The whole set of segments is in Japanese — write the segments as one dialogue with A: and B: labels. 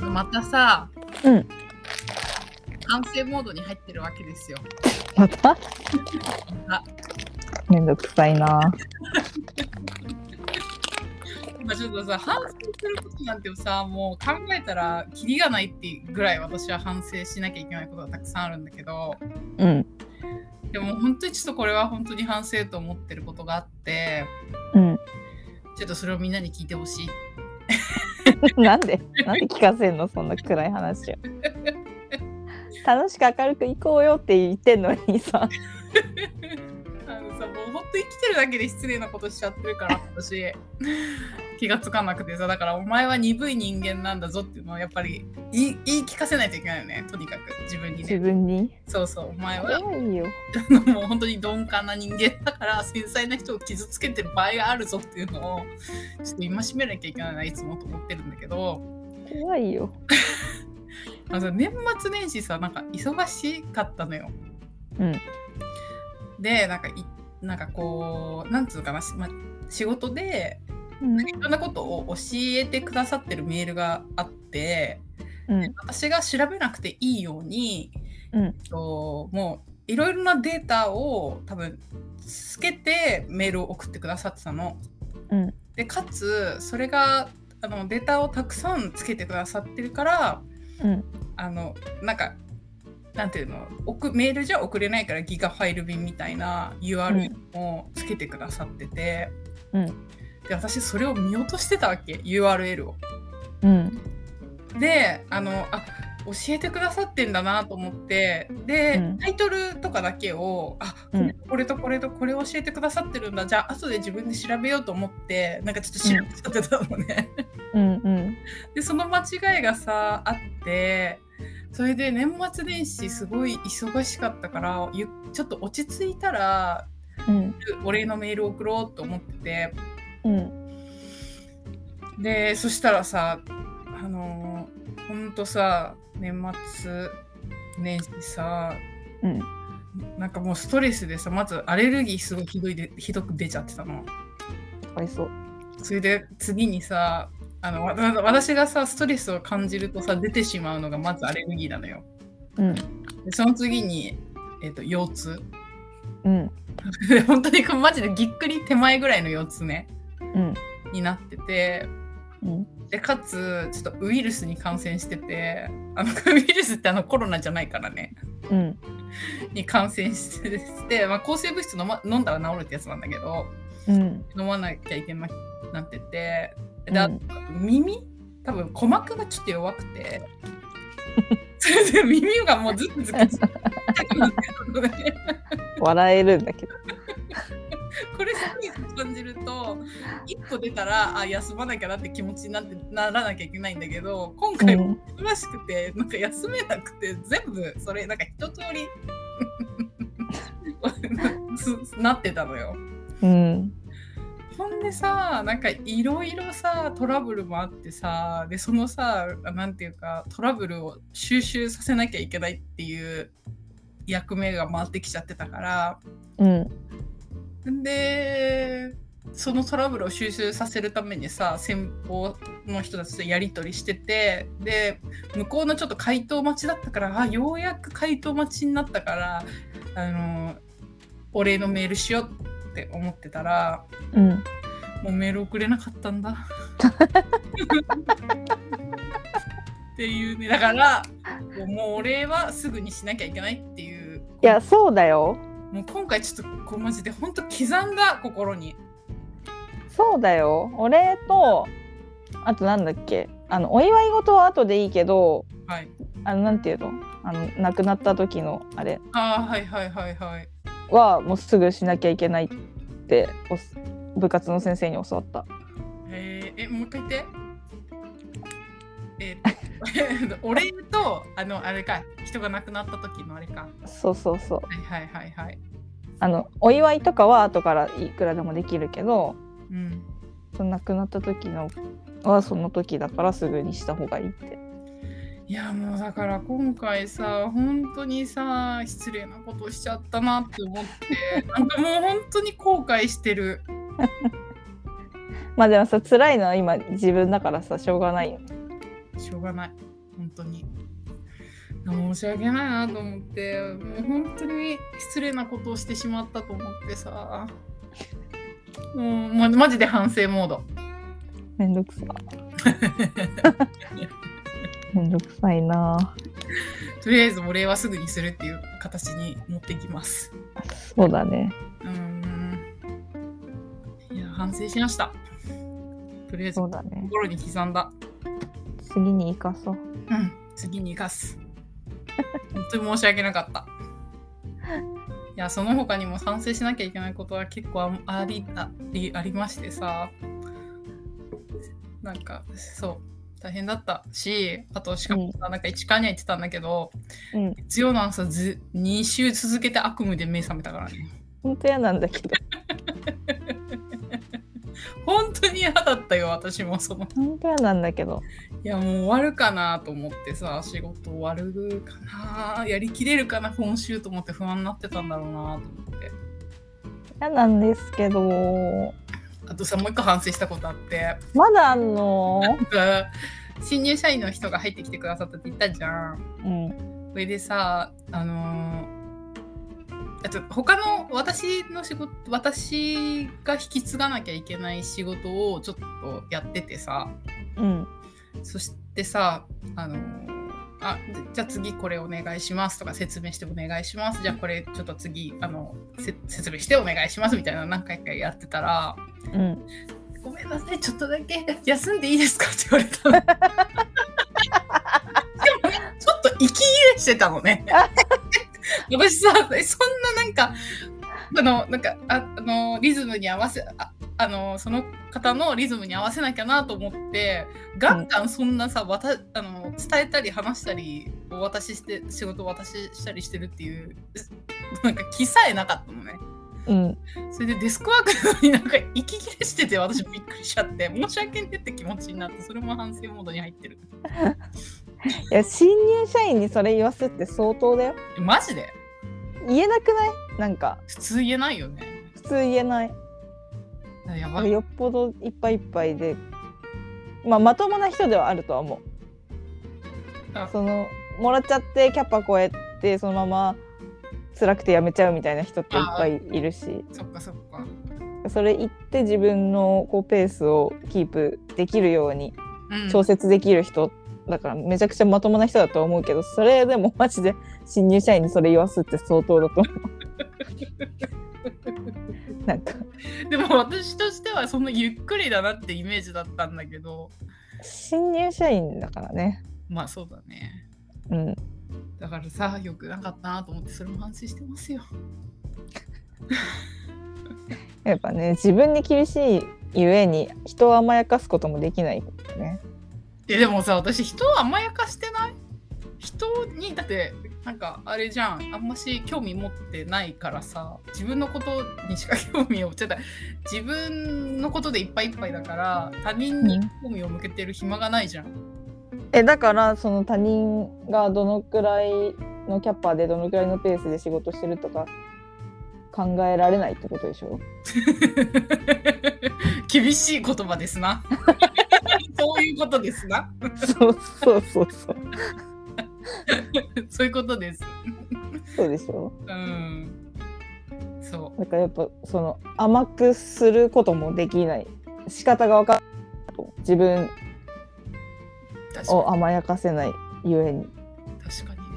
A: またさ
B: うん
A: 完成モードに入ってるわけですよ
B: また
A: あ
B: めんどくさいな
A: まあちょっとさ反省することなんてさもう考えたらキリがないっていうぐらい私は反省しなきゃいけないことがたくさんあるんだけど
B: うん
A: でも本当にちょっとこれは本当に反省と思ってることがあって
B: うん
A: ちょっとそれをみんなに聞いてほしい
B: なんでなんで聞かせんのそんな暗い話を楽しく明るく行こうよって言ってんのにさ
A: あのさもう本当生きてるだけで失礼なことしちゃってるから私 気がつかなくてさだからお前は鈍い人間なんだぞっていうのをやっぱり言い言い聞かせないといけないよねとにかく自分に
B: 自
A: ね
B: 分に
A: そうそうお前は
B: 早いよ
A: あのもう本当に鈍感な人間だから繊細な人を傷つけてる場合があるぞっていうのをちょっと戒めなきゃいけないないつもと思ってるんだけど
B: 怖いよ
A: あのさ年末年始さなんか忙しかったのよ
B: うん
A: でなんかいなんかこうなんつうのかな、しま、仕事で
B: うん
A: いろんなことを教えてくださってるメールがあって
B: うん
A: 私が調べなくていいように、
B: うん
A: えっともういろいろなデータを多分つけてメールを送ってくださってたの。
B: うん
A: でかつそれがあのデータをたくさんつけてくださってるから、
B: うん
A: あのなんかなんていうの送メールじゃ送れないからギガファイル便みたいな URL もつけてくださってて、
B: うん
A: で私それを見落としてたわけ URL を。
B: うん
A: であのあ教えてくださってんだなと思ってで、
B: うん
A: タイトルとかだけをあこ
B: うん
A: れこれとこれとこれを教えてくださってるんだじゃあ後で自分で調べようと思ってなんかちょっと調べちゃってたのね。
B: うんうん
A: でその間違いがさあってそれで年末年始すごい忙しかったからゆちょっと落ち着いたら
B: うん
A: お礼のメールを送ろうと思ってて
B: うん
A: でそしたらさあのーほんとさ年末年始さ
B: うん
A: なんかもうストレスでさまずアレルギーすごいひどいでひどく出ちゃってたの。
B: かわいそう
A: それで次にさあのわ私がさストレスを感じるとさ出てしまうのがまずアレルギーなのよ。
B: うん
A: でその次に、えっと腰痛
B: うん
A: で本当にこうマジでぎっくり手前ぐらいの腰痛ね
B: うん
A: になってて
B: うん
A: でかつちょっとウイルスに感染しててあのウイルスってあのコロナじゃないからね
B: うん
A: に感染してして、まあ、抗生物質飲,、ま、飲んだら治るってやつなんだけど
B: うん
A: 飲まなきゃいけなくなってて
B: う
A: で、あと
B: ん
A: 耳多分鼓膜がちょっと弱くてそれで耳がもうずっとずっとずっと痛くなってるので。
B: 笑えるんだけど
A: これストレス感じると一個出たらあ休まなきゃなって気持ちになってならなきゃいけないんだけど今
B: う
A: 回
B: ん
A: 忙しくて、なんか休めなくて全部それなんか一通り つなってたのよ。
B: うん
A: ほんでさなんかいろいろさトラブルもあってさでそのさなんていうかトラブルを収集させなきゃいけないっていう役目が回ってきちゃってたから。
B: うん
A: でそのトラブルを収集させるためにさ先方の人たちとやり取りしててで向こうのちょっと回答待ちだったからあようやく回答待ちになったからあのお礼のメールしようって思ってたら
B: うん
A: もうメール送れなかったんだ。っていうねだからもうお礼はすぐにしなきゃいけないっていう
B: いやそうだよ
A: もう今回ちょっとこうマジで本当刻んだ心に。
B: そうだよお礼とあとなんだっけあのお祝い事は後でいいけど
A: はい。
B: あのなんていうのあの亡くなった時のあれ
A: ああ、はいはいはいはい。
B: はもうすぐしなきゃいけないっておす部活の先生に教わった
A: えー、え、もう一回言って。えー、お礼と、 あの、あれか、人が亡くなった時のあれか。
B: そうそうそう
A: はいはいはいはい。
B: あのお祝いとかは後からいくらでもできるけど
A: うん。
B: その亡くなった時のはその時だからすぐにした方がいいって
A: いやもうだから今回さ本当にさ失礼なことしちゃったなって思ってなんかもう本当に後悔してる
B: まあでもさ辛いのは今自分だからさしょうがないよね
A: しょうがない本当に申し訳ないなと思ってもう本当に失礼なことをしてしまったと思ってさもうまマジで反省モード
B: めんど くさ。めんどくさいな。
A: とりあえずお礼はすぐにするっていう形に持ってきます
B: そうだね。
A: うんいや反省しましたとりあえず
B: そうだね。
A: 心に刻んだ
B: 次に生かそう。
A: うん、次に生かす。本当に申し訳なかった。いや、その他にも賛成しなきゃいけないことは結構あありありありましてさ、なんか、そう、大変だったし、あと、しかもさ、なんか市川には言ってたんだけど、
B: うん。
A: 月曜の朝ず、2週続けて悪夢で目覚めたからね。
B: 本当嫌なんだけど。
A: 本当に嫌だったよ、私もその。
B: 本当嫌なんだけど。
A: いや、もう終わるかなと思ってさ、仕事終わるかな、やりきれるかな、今週と思って不安になってたんだろうなと思って。
B: 嫌なんですけど。
A: あとさもう一個反省したことあって
B: まだあんの。
A: 新入社員の人が入ってきてくださったって言ったじゃん。
B: うん。
A: それでさあのーあと他の私の仕事私が引き継がなきゃいけない仕事をちょっとやっててさ
B: うん。
A: そしてさあのーあじじゃあ次これお願いしますとか説明してお願いしますじゃあこれちょっと次あのせ説明してお願いしますみたいな何回かやってたら
B: うん。
A: ごめんなさい、ちょっとだけ休んでいいですか って言われたの。でもね、ちょっと息切れしてたのね。私さ、そんななんか、あの、なんか、ああの、リズムに合わせ、ああの、その方のリズムに合わせなきゃなと思って、ガンガンそんなさ、わたあの伝えたり話したり、お渡しして、仕事をお渡ししたりしてるっていう、なんか気さえなかったのね。
B: うん。
A: それでデスクワークなのになんか息切れしてて私びっくりしちゃって申し訳ねえって気持ちになってそれも反省モードに入ってる
B: いや、新入社員にそれ言わすって相当だよ。
A: えマジで
B: 言えなくない。なんか。
A: 普通言えないよね
B: 普通言えない。
A: やばい
B: よっぽどいっぱいいっぱいで。まあ、まともな人ではあるとは思
A: あ
B: う。その。もらっちゃって、キャパ超えて、そのまま。辛くてやめちゃうみたいな人っていっぱいいるし。
A: そっかそっか
B: それ言って自分のこうペースをキープできるように
A: うん
B: 調節できる人、だからめちゃくちゃまともな人だと思うけどそれでもマジで新入社員にそれ言わすって相当だ と思う。なんか
A: でも私としてはそんなゆっくりだなってイメージだったんだけど
B: 新入社員だからね、
A: まあそうだね
B: うん、
A: だからさよくなかったなと思ってそれも反省してますよ
B: やっぱね自分に厳しいゆえに人を甘やかすこともできないね。
A: いやでもさ私人を甘やかしてない人にだってなんかあれじゃんあんまし興味持ってないからさ自分のことにしか興味を持ってない自分のことでいっぱいいっぱいだから他人に興味を向けてる暇がないじゃん、
B: えだからその他人がどのくらいのキャッパーでどのくらいのペースで仕事してるとか考えられないってことでしょ
A: 厳しい言葉ですな そういうことですな
B: そうそうそうそう
A: そういうことです
B: そうでしょ
A: うんそ
B: だからやっぱその甘くすることもできない仕方が分かる自分
A: う確かに
B: を甘やかせないゆえに
A: 確かにね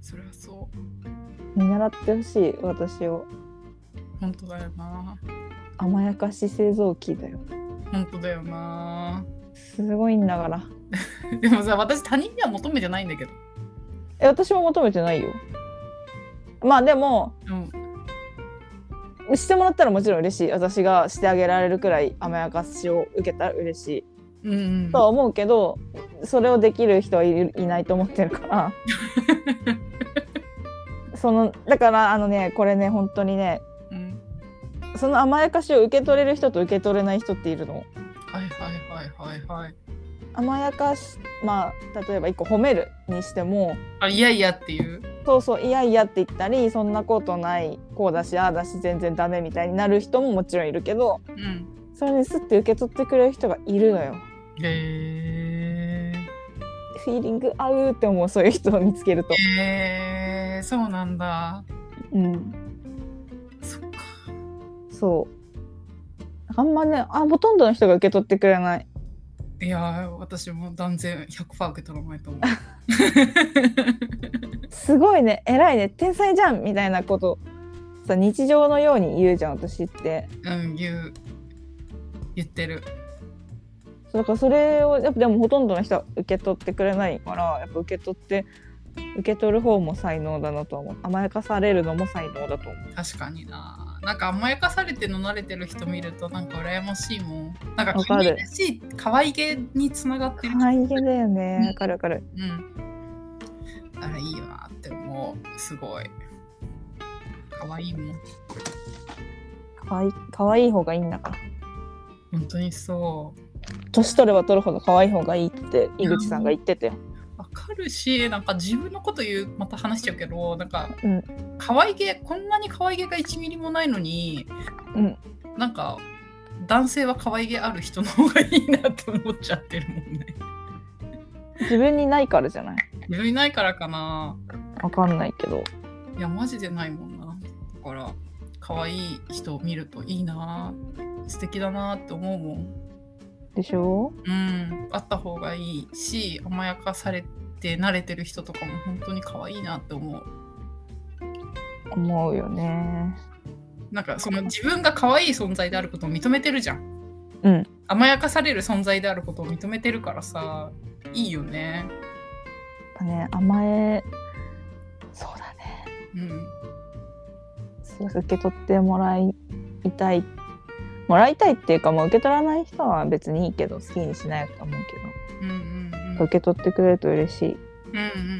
A: それはそう
B: 見習ってほしい私を
A: 本当だよな
B: 甘やかし製造機だよ
A: 本当だよな
B: すごいんだから
A: でもさ私他人には求めてないんだけど、
B: え私も求めてないよまあでも
A: うん、
B: してもらったらもちろん嬉しい私がしてあげられるくらい甘やかしを受けたら嬉しい
A: うんうん
B: とは思うけどそれをできる人はいるいないと思ってるからそのだからあのねこれね本当にね
A: うん
B: その甘やかしを受け取れる人と受け取れない人っているの
A: はいはいはいはいはい
B: 甘やかしまあ例えば一個褒めるにしても
A: あいやいやっていう
B: そうそういやいやって言ったりそんなことないこうだしああだし全然ダメみたいになる人ももちろんいるけど
A: うん
B: それにすって受け取ってくれる人がいるのよ
A: へえ
B: フィーリング合うって思うそういう人を見つけると、
A: えー、そうなんだ。
B: うん、
A: そっか。
B: そうあんまねあほとんどの人が受け取ってくれない
A: いやー、私も断然100%受け取らないと思う。
B: すごいね偉いね天才じゃんみたいなことさ日常のように言うじゃん私って
A: うん、言う。言ってる。
B: そうだからそれをやっぱでもほとんどの人は受け取ってくれないからやっぱ受け取って受け取る方も才能だなとは思う甘やかされるのも才能だと思う
A: 確かにな。なんか甘やかされての慣れてる人見るとなんか羨ましいもん。なんか
B: わ
A: 可
B: かる
A: 愛らしい、可愛げにつながってる。
B: 可愛げだよね
A: うん
B: わかるわかる
A: うん。あらいいよなって思う。すごい。可愛いもん。
B: 可愛い可愛い方がいいんだから
A: 本当にそう。
B: 年取れば取るほど可愛い方がいいって井口さんが言ってて
A: わかるしなんか自分のこと言うまた話しちゃうけどなんか、
B: うん
A: 可愛げこんなに可愛げが1ミリもないのに、
B: うん
A: なんか男性は可愛げある人の方がいいなって思っちゃってるもんね。
B: 自分にないからじゃない
A: 自分いないからかな
B: わかんないけど
A: いやマジでないもんなだから可愛い人を見るといいな素敵だなって思うもん。
B: でしょ
A: うんあった方がいいし甘やかされて慣れてる人とかも本当に可愛いなって思う。
B: 思うよね
A: なんかその自分が可愛い存在であることを認めてるじゃん。
B: うん
A: 甘やかされる存在であることを認めてるからさ、いいよね。
B: やっぱね甘えそうだね
A: うん。
B: そう受け取ってもらいたいもらいたいっていうかもう受け取らない人は別にいいけど好きにしないと思うけ
A: うんうんうん。
B: ど受け取ってくれると嬉しい
A: うんうんうん